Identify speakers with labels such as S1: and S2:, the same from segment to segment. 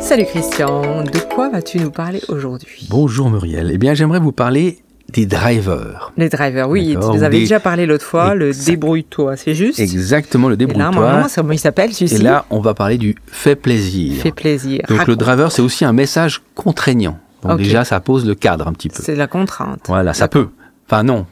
S1: Salut Christian, de quoi vas-tu nous parler aujourd'hui
S2: Bonjour Muriel. Eh bien, j'aimerais vous parler des drivers.
S1: Les drivers, oui, tu
S2: D'accord,
S1: nous
S2: ou
S1: avais
S2: des-
S1: déjà parlé l'autre fois, le
S2: Exact.
S1: débrouille-toi, c'est juste
S2: Exactement, le
S1: Et là,
S2: débrouille-toi.
S1: maman, comment il s'appelle
S2: Et
S1: celui-ci
S2: là, on va parler du fait plaisir.
S1: Fait plaisir.
S2: Donc, le
S1: Raconte.
S2: driver, c'est aussi un message contraignant. Donc,
S1: Ok.
S2: déjà, ça pose le cadre un petit peu.
S1: C'est de la contrainte.
S2: Voilà, ça peut. Enfin, non,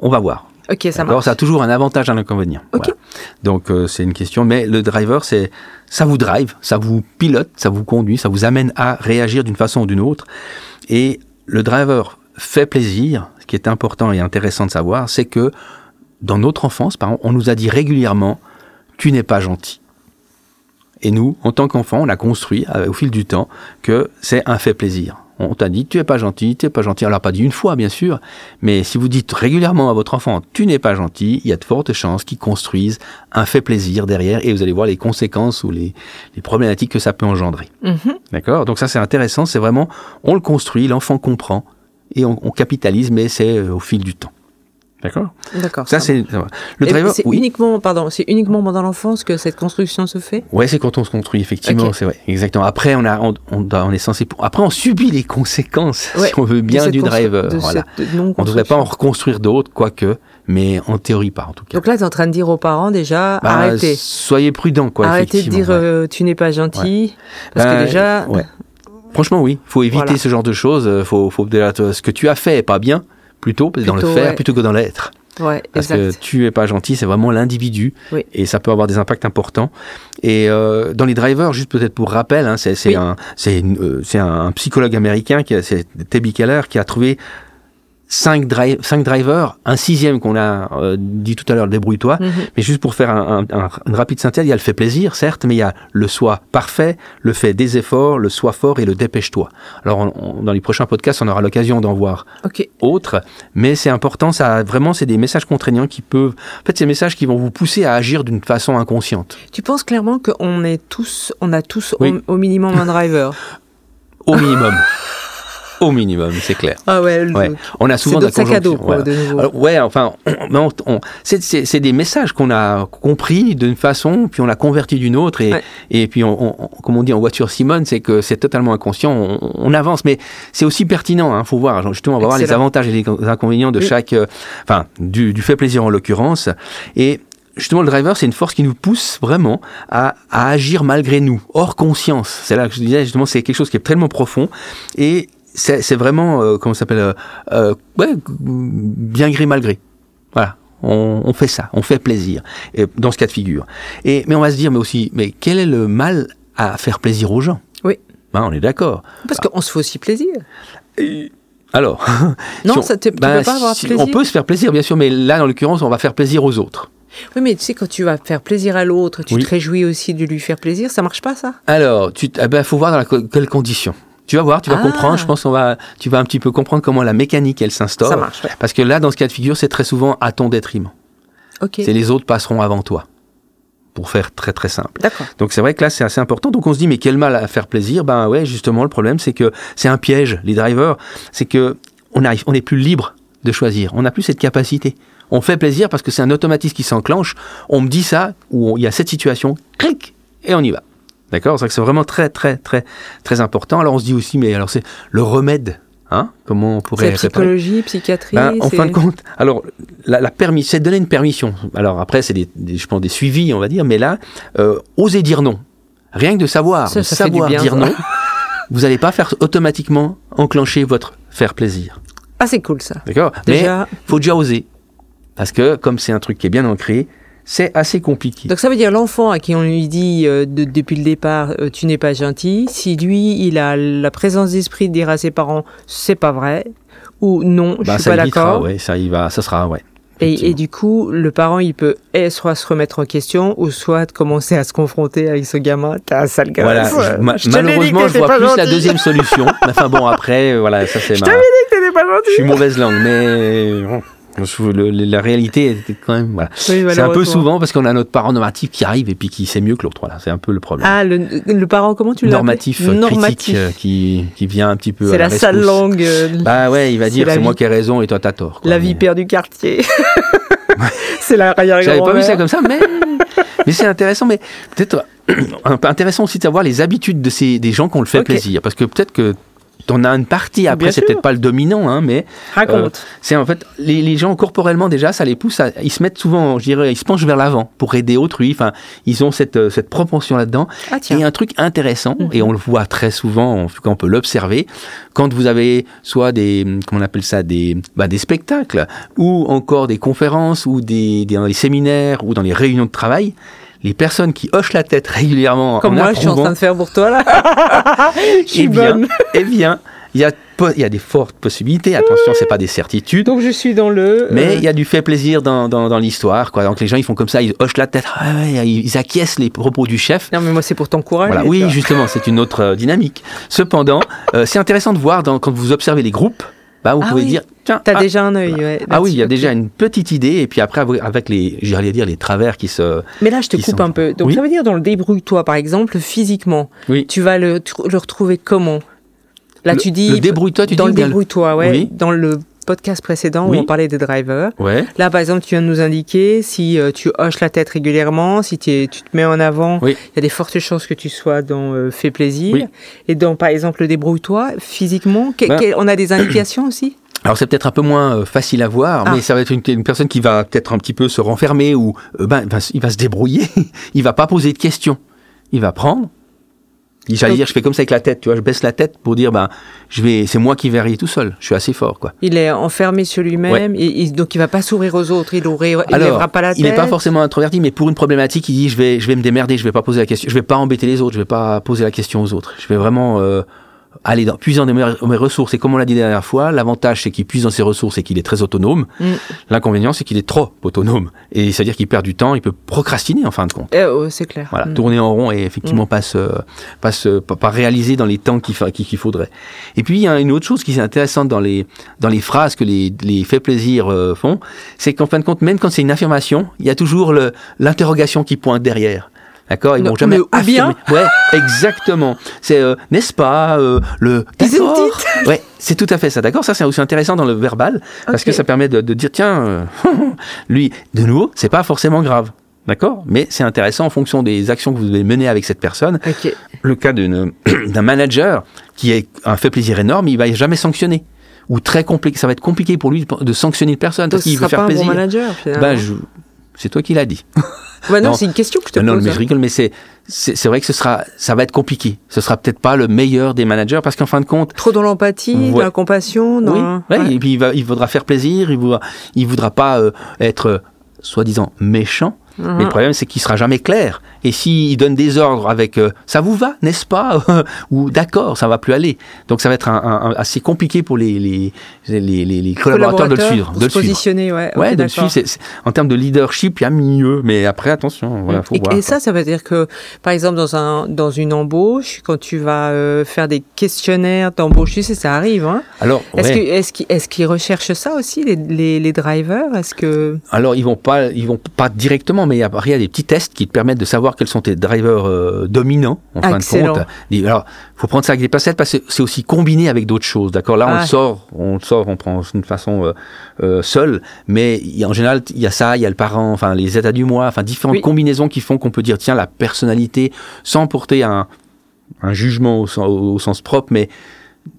S2: on va voir.
S1: Ok, ça
S2: Alors,
S1: marche.
S2: ça a toujours un avantage et un inconvénient.
S1: Ok.
S2: Voilà. Donc, euh, c'est une question. Mais le driver, c'est ça vous drive, ça vous pilote, ça vous conduit, ça vous amène à réagir d'une façon ou d'une autre. Et le driver fait plaisir. Ce qui est important et intéressant de savoir, c'est que dans notre enfance, par exemple, on nous a dit régulièrement tu n'es pas gentil. Et nous, en tant qu'enfants, on a construit euh, au fil du temps que c'est un fait plaisir. On t'a dit, tu es pas gentil, tu es pas gentil. Alors, pas dit une fois, bien sûr, mais si vous dites régulièrement à votre enfant, tu n'es pas gentil, il y a de fortes chances qu'il construise un fait plaisir derrière et vous allez voir les conséquences ou les, les problématiques que ça peut engendrer.
S1: Mhm.
S2: D'accord Donc, ça, c'est intéressant. C'est vraiment, on le construit, l'enfant comprend et on, on capitalise, mais c'est euh, au fil du temps. D'accord
S1: D'accord.
S2: Ça,
S1: ça marche.
S2: c'est. ça va. Le
S1: Et
S2: driver.
S1: C'est
S2: oui.
S1: uniquement, pardon, c'est uniquement pendant l'enfance que cette construction se fait
S2: Ouais, c'est quand on se construit, effectivement,
S1: Ok.
S2: c'est vrai. Exactement. Après, on, a, on, on doit- on est censé. Après, on subit les conséquences,
S1: Ouais,
S2: si on veut
S1: de
S2: bien,
S1: cette
S2: du
S1: constru-
S2: driver.
S1: de
S2: Voilà.
S1: cette
S2: On ne devrait
S1: non-construction.
S2: pas en reconstruire d'autres, quoique, mais en théorie pas, en tout cas.
S1: Donc là, tu es en train de dire aux parents déjà,
S2: Bah,
S1: arrêtez.
S2: Soyez prudents, quoi.
S1: arrêtez de
S2: effectivement,
S1: dire
S2: ouais.
S1: euh, tu n'es pas gentil. Parce
S2: Ben,
S1: que déjà,
S2: ouais. Franchement, oui. faut éviter
S1: euh, Voilà.
S2: ce genre de choses. euh, Faut, faut, déjà, toi, ce que tu as fait est pas bien, plutôt, dans le
S1: Plutôt,
S2: faire,
S1: ouais.
S2: plutôt que dans l'être.
S1: ouais,
S2: Parce que
S1: exact.
S2: tu es pas gentil, c'est vraiment l'individu.
S1: Oui.
S2: Et ça peut avoir des impacts importants. Et euh, dans les drivers, juste peut-être pour rappel, hein, c'est c'est
S1: Oui.
S2: un, c'est une- euh, c'est un psychologue américain, qui a- c'est Tebby Keller, qui a trouvé cinq, dri- cinq drivers, un sixième qu'on a euh, dit tout à l'heure, débrouille-toi.
S1: Mhm.
S2: Mais juste pour faire un- un- un- une rapide synthèse, il y a le fait plaisir, certes, mais il y a le soi parfait, le fait des efforts, le soi fort et le dépêche-toi. Alors, on- on- dans les prochains podcasts, on aura l'occasion d'en voir
S1: Ok,
S2: autre, mais c'est important, ça vraiment c'est des messages contraignants qui peuvent en fait c'est des messages qui vont vous pousser à agir d'une façon inconsciente
S1: Tu penses clairement qu'on est tous, on a tous
S2: Oui.
S1: au, au minimum un driver.
S2: au minimum. au minimum, c'est clair.
S1: ah ouais,
S2: Ouais. On a
S1: c'est
S2: souvent de la
S1: d'autres sacs à dos,
S2: conjonction.
S1: quoi,
S2: voilà.
S1: de nouveau.
S2: Alors, ouais, enfin, on- mais on- on- c'est- c'est c'est des messages qu'on a compris d'une façon, puis on l'a converti d'une autre, et,
S1: Ouais.
S2: et puis, on, on- comme on dit en voiture Simone, c'est que c'est totalement inconscient, on, on avance, mais c'est aussi pertinent, hein, faut voir, justement, on va voir les
S1: Excellent.
S2: avantages et les inconvénients de
S1: Oui.
S2: chaque, euh, enfin, du, du fait plaisir en l'occurrence, et justement, le driver, c'est une force qui nous pousse vraiment à, à agir malgré nous, hors conscience. C'est là que je disais, justement, c'est quelque chose qui est tellement profond. Et c'est c'est vraiment, euh, comment ça s'appelle euh, euh, ouais, Bien gré, mal gré. Voilà. On, on fait ça, on fait plaisir et dans ce cas de figure. Et, mais on va se dire, mais aussi, mais quel est le mal à faire plaisir aux gens
S1: Oui.
S2: Ben, on est d'accord.
S1: Parce qu'on se fait aussi plaisir.
S2: Alors,
S1: Non,
S2: on-
S1: ça te- tu
S2: ben,
S1: peux pas avoir
S2: si-
S1: plaisir.
S2: On peut se faire plaisir, bien sûr, mais là, en l'occurrence, on va faire plaisir aux autres.
S1: Oui, mais tu sais, quand tu vas faire plaisir à l'autre, tu
S2: Oui.
S1: te réjouis aussi de lui faire plaisir, ça marche pas, ça
S2: Alors, tu, t- eh ben, faut voir dans la co- quelles conditions. Tu vas voir, tu vas
S1: Ah.
S2: comprendre. Je pense qu'on va, tu vas un petit peu comprendre comment la mécanique elle
S1: Ça
S2: s'instaure.
S1: marche, ouais.
S2: Parce que là, dans ce cas de figure, c'est très souvent à ton détriment.
S1: Ok,
S2: C'est les autres passeront avant toi. Pour faire très très simple.
S1: d'accord.
S2: Donc c'est vrai que là c'est assez important. Donc on se dit mais quel mal à faire plaisir. Ben ouais justement le problème c'est que c'est un piège. Les drivers c'est que on arrive, on n'est plus libre de choisir. On n'a plus cette capacité. On fait plaisir parce que c'est un automatisme qui s'enclenche. On me dit ça ou on- il y a cette situation. Clic et on y va. D'accord C'est vrai que c'est vraiment très, très, très, très important. Alors, on se dit aussi, mais alors, c'est le remède, hein Comment on
S1: C'est
S2: pourrait
S1: la
S2: réparer
S1: psychologie, psychiatrie,
S2: ben, en
S1: c'est-
S2: fin de compte, alors la, la permis, c'est de donner une permission. Alors après, c'est des, des- je pense des suivis, on va dire, mais là, euh, oser dire non. Rien que de savoir,
S1: Ça,
S2: de
S1: ça fait du
S2: savoir
S1: bien,
S2: dire
S1: ça.
S2: non, vous n'allez pas faire automatiquement enclencher votre faire plaisir.
S1: Ah, c'est cool, ça.
S2: D'accord Mais
S1: Déjà,
S2: faut déjà oser. Parce que comme c'est un truc qui est bien ancré, c'est assez compliqué.
S1: donc ça veut dire l'enfant à qui on lui dit euh, de- depuis le départ euh, tu n'es pas gentil, si lui il a la présence d'esprit de dire à ses parents c'est pas vrai ou non je
S2: Ben,
S1: suis
S2: ça
S1: pas
S2: évitera,
S1: d'accord,
S2: ouais, ça y va, ça sera, ouais.
S1: Et,
S2: Effectivement.
S1: et du coup, le parent, il peut eh, soit se remettre en question, ou soit commencer à se confronter avec ce gamin. T'as un sale gamin.
S2: Voilà, je- ma-
S1: Je te l'ai dit
S2: malheureusement,
S1: que
S2: je
S1: t'étais
S2: vois
S1: pas
S2: plus la
S1: gentil.
S2: deuxième solution. enfin bon, après, euh, voilà, ça c'est
S1: Je
S2: ma-
S1: t'avais dit que t'étais pas gentil.
S2: Je suis mauvaise langue, mais bon, je- le- le- la réalité était quand même. Voilà.
S1: Oui,
S2: C'est un peu
S1: malheureusement.
S2: souvent parce qu'on a notre parent normatif qui arrive et puis qui sait mieux que l'autre. Voilà, c'est un peu le problème.
S1: Ah, le, le parent, comment tu l'as
S2: normatif,
S1: appelé
S2: euh,
S1: Normatif.
S2: critique euh, qui, qui vient un petit peu. à
S1: C'est la sale
S2: rescousse.
S1: langue, euh,
S2: Bah ouais, il va
S1: C'est
S2: dire
S1: la
S2: c'est moi
S1: vie-
S2: qui ai raison et toi t'as tort. quoi.
S1: la
S2: Mais-
S1: vipère du quartier. C'est la
S2: J'avais
S1: arrière-grand-mère.
S2: pas vu ça comme ça, mais mais c'est intéressant, mais peut-être euh, intéressant aussi de savoir les habitudes de ces, des gens qu'on le fait
S1: Ok.
S2: plaisir. Parce que peut-être que t'en as une partie, après
S1: Bien
S2: c'est
S1: sûr.
S2: peut-être pas le dominant, hein, mais euh,
S1: Raconte.
S2: c'est en fait, les, les gens corporellement déjà, ça les pousse, à, ils se mettent souvent, je dirais, ils se penchent vers l'avant pour aider autrui, enfin, ils ont cette, euh, cette propension là-dedans.
S1: ah
S2: Et
S1: tiens. Mhm.
S2: un truc intéressant, et on le voit très souvent, en tout cas on peut l'observer, quand vous avez soit des, comment on appelle ça, des, bah, des spectacles, ou encore des conférences, ou des, des- dans les séminaires, ou dans les réunions de travail, les personnes qui hochent la tête régulièrement
S1: Comme
S2: en
S1: moi, je suis en
S2: approuvant,
S1: train de faire pour toi là. je suis
S2: eh bien,
S1: bonne.
S2: eh bien, il y a, po- il y a des fortes possibilités. Attention, c'est pas des certitudes.
S1: Donc je suis dans le.
S2: Mais
S1: euh,
S2: il y a du fait plaisir dans, dans, dans l'histoire, quoi. Donc les gens, ils font comme ça, ils hochent la tête, Ah ouais, ils acquiescent les propos du chef.
S1: Non, mais moi, c'est pour t'encourager.
S2: Voilà.
S1: tu
S2: Oui,
S1: vois.
S2: justement, c'est une autre euh, dynamique. Cependant, euh, c'est intéressant de voir dans- quand vous observez les groupes, bah, vous
S1: Ah
S2: pouvez
S1: oui.
S2: dire, tiens,
S1: T'as
S2: ah,
S1: déjà un œil, ouais.
S2: ah oui, il y a
S1: là-dessus.
S2: déjà une petite idée, et puis après, avec- avec les, j'allais dire, les travers qui se.
S1: Mais là, je te
S2: qui
S1: coupe
S2: sont-
S1: un peu. Donc,
S2: Oui.
S1: ça veut dire dans le débrouille-toi, par exemple, physiquement,
S2: Oui.
S1: tu vas le, tr- le retrouver comment Là,
S2: Le-
S1: tu dis
S2: Le débrouille-toi, tu
S1: dans
S2: dis
S1: le
S2: bien
S1: débrouille-toi, ouais.
S2: Oui.
S1: Dans le podcast précédent
S2: Oui.
S1: où on parlait des drivers.
S2: Ouais.
S1: Là, par exemple, tu viens de nous indiquer si euh, tu hoches la tête régulièrement, si t'es- tu te mets en avant, il
S2: Oui.
S1: y a des fortes chances que tu sois dans euh, Fais plaisir.
S2: Oui.
S1: Et dans, par exemple, le débrouille-toi, physiquement, que-
S2: Ben-
S1: quel- on a des indications aussi
S2: Alors c'est peut-être un peu moins euh, facile à voir,
S1: Ah.
S2: mais ça va être une, une personne qui va peut-être un petit peu se renfermer ou euh, ben, ben, il va se débrouiller, il va pas poser de questions, il va prendre. Il- J'allais
S1: Donc-
S2: dire, je fais comme ça avec la tête, tu vois, je baisse la tête pour dire, ben, je vais, c'est moi qui vais arriver tout seul, je suis assez fort, quoi.
S1: Il est enfermé sur lui-même, et, il- donc il va pas sourire aux autres, il ne
S2: Alors,
S1: lèvera pas la tête.
S2: Il n'est pas forcément introverti, mais pour une problématique, il dit, je vais, je vais me démerder, je vais pas poser la question, je vais pas embêter les autres, je vais pas poser la question aux autres, je vais vraiment euh, aller dans, puiser dans mes, mes ressources. Et comme on l'a dit la dernière fois, l'avantage c'est qu'il puise dans ses ressources et qu'il est très autonome.
S1: Mm.
S2: L'inconvénient, c'est qu'il est trop autonome. Et c'est-à-dire qu'il perd du temps, il peut procrastiner en fin de compte.
S1: Eh, oh, c'est clair.
S2: Voilà,
S1: Mm.
S2: tourner en rond et effectivement pas, se, pas, se- pas- pas réaliser dans les temps qu'il fa- qu'il qu'il faudrait. Et puis, il y a une autre chose qui est intéressante dans les, dans les phrases que les, les faits plaisir euh, font, c'est qu'en fin de compte, même quand c'est une affirmation, il y a toujours le- l'interrogation qui pointe derrière. D'accord Ils
S1: Non,
S2: vont jamais
S1: mais ou
S2: affirmer.
S1: bien
S2: Ouais, exactement. C'est euh, n'est-ce pas euh, le
S1: Ils ont
S2: D'accord. Ouais, c'est tout à fait ça. D'accord, ça c'est aussi intéressant dans le verbal parce
S1: Ok.
S2: que ça permet de, de dire tiens, euh, lui, de nouveau, c'est pas forcément grave. D'accord Mais c'est intéressant en fonction des actions que vous devez mener avec cette personne.
S1: Ok.
S2: Le cas d'une- d'un manager qui est un fait plaisir énorme, il va jamais sanctionner. Ou très compliqué, ça va être compliqué pour lui de, de sanctionner une personne
S1: Donc,
S2: parce
S1: ce
S2: qu'il
S1: sera
S2: veut faire
S1: pas un
S2: plaisir.
S1: bon manager, hein. finalement.
S2: Ben, je- c'est toi qui l'as dit.
S1: Ouais, non,
S2: non. Ah
S1: c'est une question que je te
S2: Non, non,
S1: pose. hein.
S2: mais je rigole, mais c'est c'est c'est vrai que ce sera ça va être compliqué. Ce sera peut-être pas le meilleur des managers parce qu'en fin de compte,
S1: Trop dans l'empathie, dans
S2: Ouais.
S1: la compassion, dans...
S2: oui, ouais,
S1: Ouais.
S2: et puis il va il voudra faire plaisir, il voudra il voudra pas euh, être euh, soi-disant méchant.
S1: Mhm.
S2: Mais le problème, c'est qu'il sera jamais clair. Et s'il donne des ordres avec euh, ça vous va, n'est-ce pas Ou d'accord, ça va plus aller. Donc ça va être un, un- un- assez compliqué pour les, les, les, les- les collaborateurs de le suivre.
S1: pour
S2: De le
S1: se
S2: suivre.
S1: positionner, ouais.
S2: Ouais,
S1: ok,
S2: de le
S1: d'accord.
S2: suivre. c'est- c'est- en termes de leadership, il y a mieux. Mais après, attention, voilà, faut
S1: Mm. et,
S2: voir.
S1: et ça, ça veut dire que, par exemple, dans, un, dans une embauche, quand tu vas euh, faire des questionnaires d'embauche, tu sais, ça arrive. Hein
S2: Alors,
S1: Est-ce
S2: ouais.
S1: que- est-ce qu'ils est-ce qu'ils recherchent ça aussi, les, les, les drivers Est-ce que.
S2: Alors ils vont pas, ils vont pas directement, mais il y a, il y a des petits tests qui te permettent de savoir quels sont tes drivers euh, dominants en
S1: Excellent.
S2: fin de compte. Et Alors faut prendre ça avec des pincettes parce que c'est aussi combiné avec d'autres choses, d'accord Là on
S1: Ah ouais.
S2: le sort, on le sort, on prend d'une façon euh, euh, seule, mais il y a- en général il y a ça, il y a le parent, enfin les états du mois, enfin différentes
S1: Oui.
S2: combinaisons qui font qu'on peut dire tiens la personnalité sans porter un, un jugement au, sen- au sens propre, mais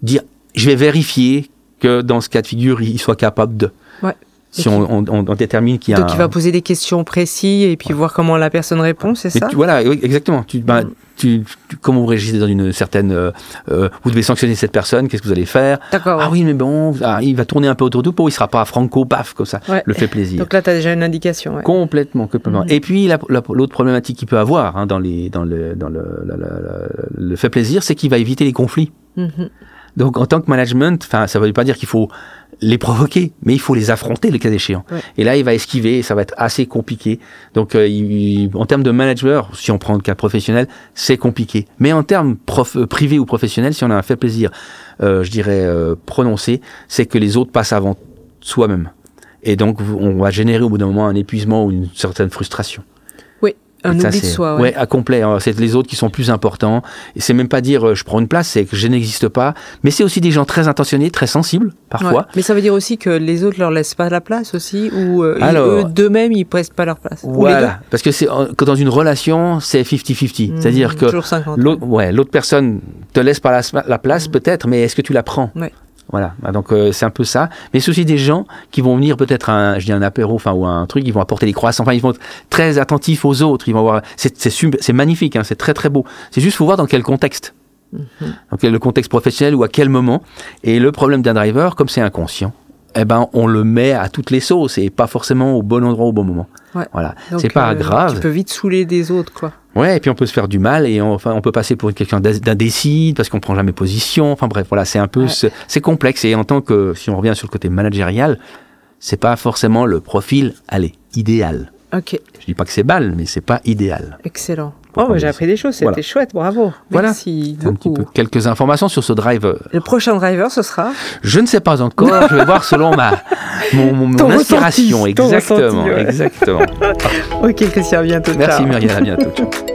S2: dire je vais vérifier que dans ce cas de figure il soit capable de.
S1: Ouais.
S2: Si on, on- on- on détermine qu'il y a
S1: Donc,
S2: un-
S1: il va poser des questions précises et puis voir comment la personne répond, c'est
S2: mais
S1: ça Mm.
S2: tu- voilà, oui, exactement. Tu, ben, tu, tu- comment vous réagissez dans une certaine. euh, euh, vous devez sanctionner cette personne, qu'est-ce que vous allez faire
S1: D'accord.
S2: Ah oui, mais bon, ah, il va tourner un peu autour du pot, il sera pas franco, baf, comme ça.
S1: Ouais.
S2: Le fait plaisir.
S1: Donc là, tu as déjà une indication. ouais.
S2: Complètement, complètement.
S1: Mhm.
S2: Et puis, la- la- l'autre problématique qu'il peut avoir hein, dans, les, dans, le, dans le, la- la- la- le fait plaisir, c'est qu'il va éviter les conflits.
S1: Mhm.
S2: Donc, en tant que management, enfin, ça ne veut pas dire qu'il faut les provoquer, mais il faut les affronter, le cas échéant.
S1: Ouais.
S2: Et là, il va esquiver, et ça va être assez compliqué. Donc, euh, il- en termes de manager, si on prend le cas professionnel, c'est compliqué. Mais en termes prof- euh, privés ou professionnels, si on a un fait plaisir, euh, je dirais euh, prononcé, c'est que les autres passent avant soi-même. Et donc, vous- on va générer au bout d'un moment un épuisement ou une certaine frustration.
S1: Un
S2: Ça,
S1: oubli de
S2: c'est-
S1: soi, ouais.
S2: ouais, à complet. hein. C'est les autres qui sont plus importants. Et c'est même pas dire euh, je prends une place, c'est que je n'existe pas. Mais c'est aussi des gens très intentionnés, très sensibles parfois.
S1: Ouais. Mais ça veut dire aussi que les autres leur laissent pas la place aussi, ou euh, ils-
S2: Alors-
S1: eux d'eux-mêmes ils pressent pas leur place. Ou les deux.
S2: Voilà, parce que c'est en- que dans une relation, c'est 50-50.
S1: Mmh,
S2: C'est-à-dire que
S1: toujours 50.
S2: l'autre ouais, l'autre personne te laisse pas la, la place peut-être, mais est-ce que tu la prends
S1: Mm. Ouais.
S2: Voilà, Ah, donc euh, c'est un peu ça. Mais c'est aussi des gens qui vont venir peut-être à un, je dis un apéro, enfin ou à un truc, ils vont apporter des croissants, enfin ils vont être très attentifs aux autres, ils vont avoir, c'est c'est sub- c'est magnifique, hein, c'est très très beau. C'est juste faut voir dans quel contexte,
S1: Mm-hmm.
S2: dans quel le contexte professionnel ou à quel moment. Et le problème d'un driver, comme c'est inconscient, eh ben on le met à toutes les sauces et pas forcément au bon endroit au bon moment.
S1: Ouais.
S2: Voilà,
S1: Donc,
S2: c'est pas
S1: euh,
S2: grave.
S1: Tu peux vite saouler des autres, quoi.
S2: Ouais, et puis on peut se faire du mal et on, enfin on peut passer pour quelqu'un d'in- d'indécis parce qu'on prend jamais position. Enfin bref, voilà, c'est un peu
S1: Ouais.
S2: ce- c'est complexe et en tant que si on revient sur le côté managérial, c'est pas forcément le profil allez, idéal.
S1: Ok,
S2: Je dis pas que c'est balle, mais c'est pas idéal.
S1: excellent.
S2: Faut
S1: oh,
S2: qu'on
S1: j'ai
S2: dise.
S1: appris des choses, c'était
S2: Voilà.
S1: chouette, bravo.
S2: Voilà.
S1: Merci
S2: C'est Un petit
S1: beaucoup.
S2: peu quelques informations sur ce driver.
S1: Le prochain driver, ce sera
S2: Je ne sais pas encore, je vais voir selon ma mon, mon- mon
S1: Ton ressenti,
S2: inspiration
S1: ton
S2: exactement,
S1: ressenti, ouais.
S2: exactement.
S1: Ok, Christian, à bientôt.
S2: Merci
S1: ciao.
S2: Muriel, à bientôt. Ciao.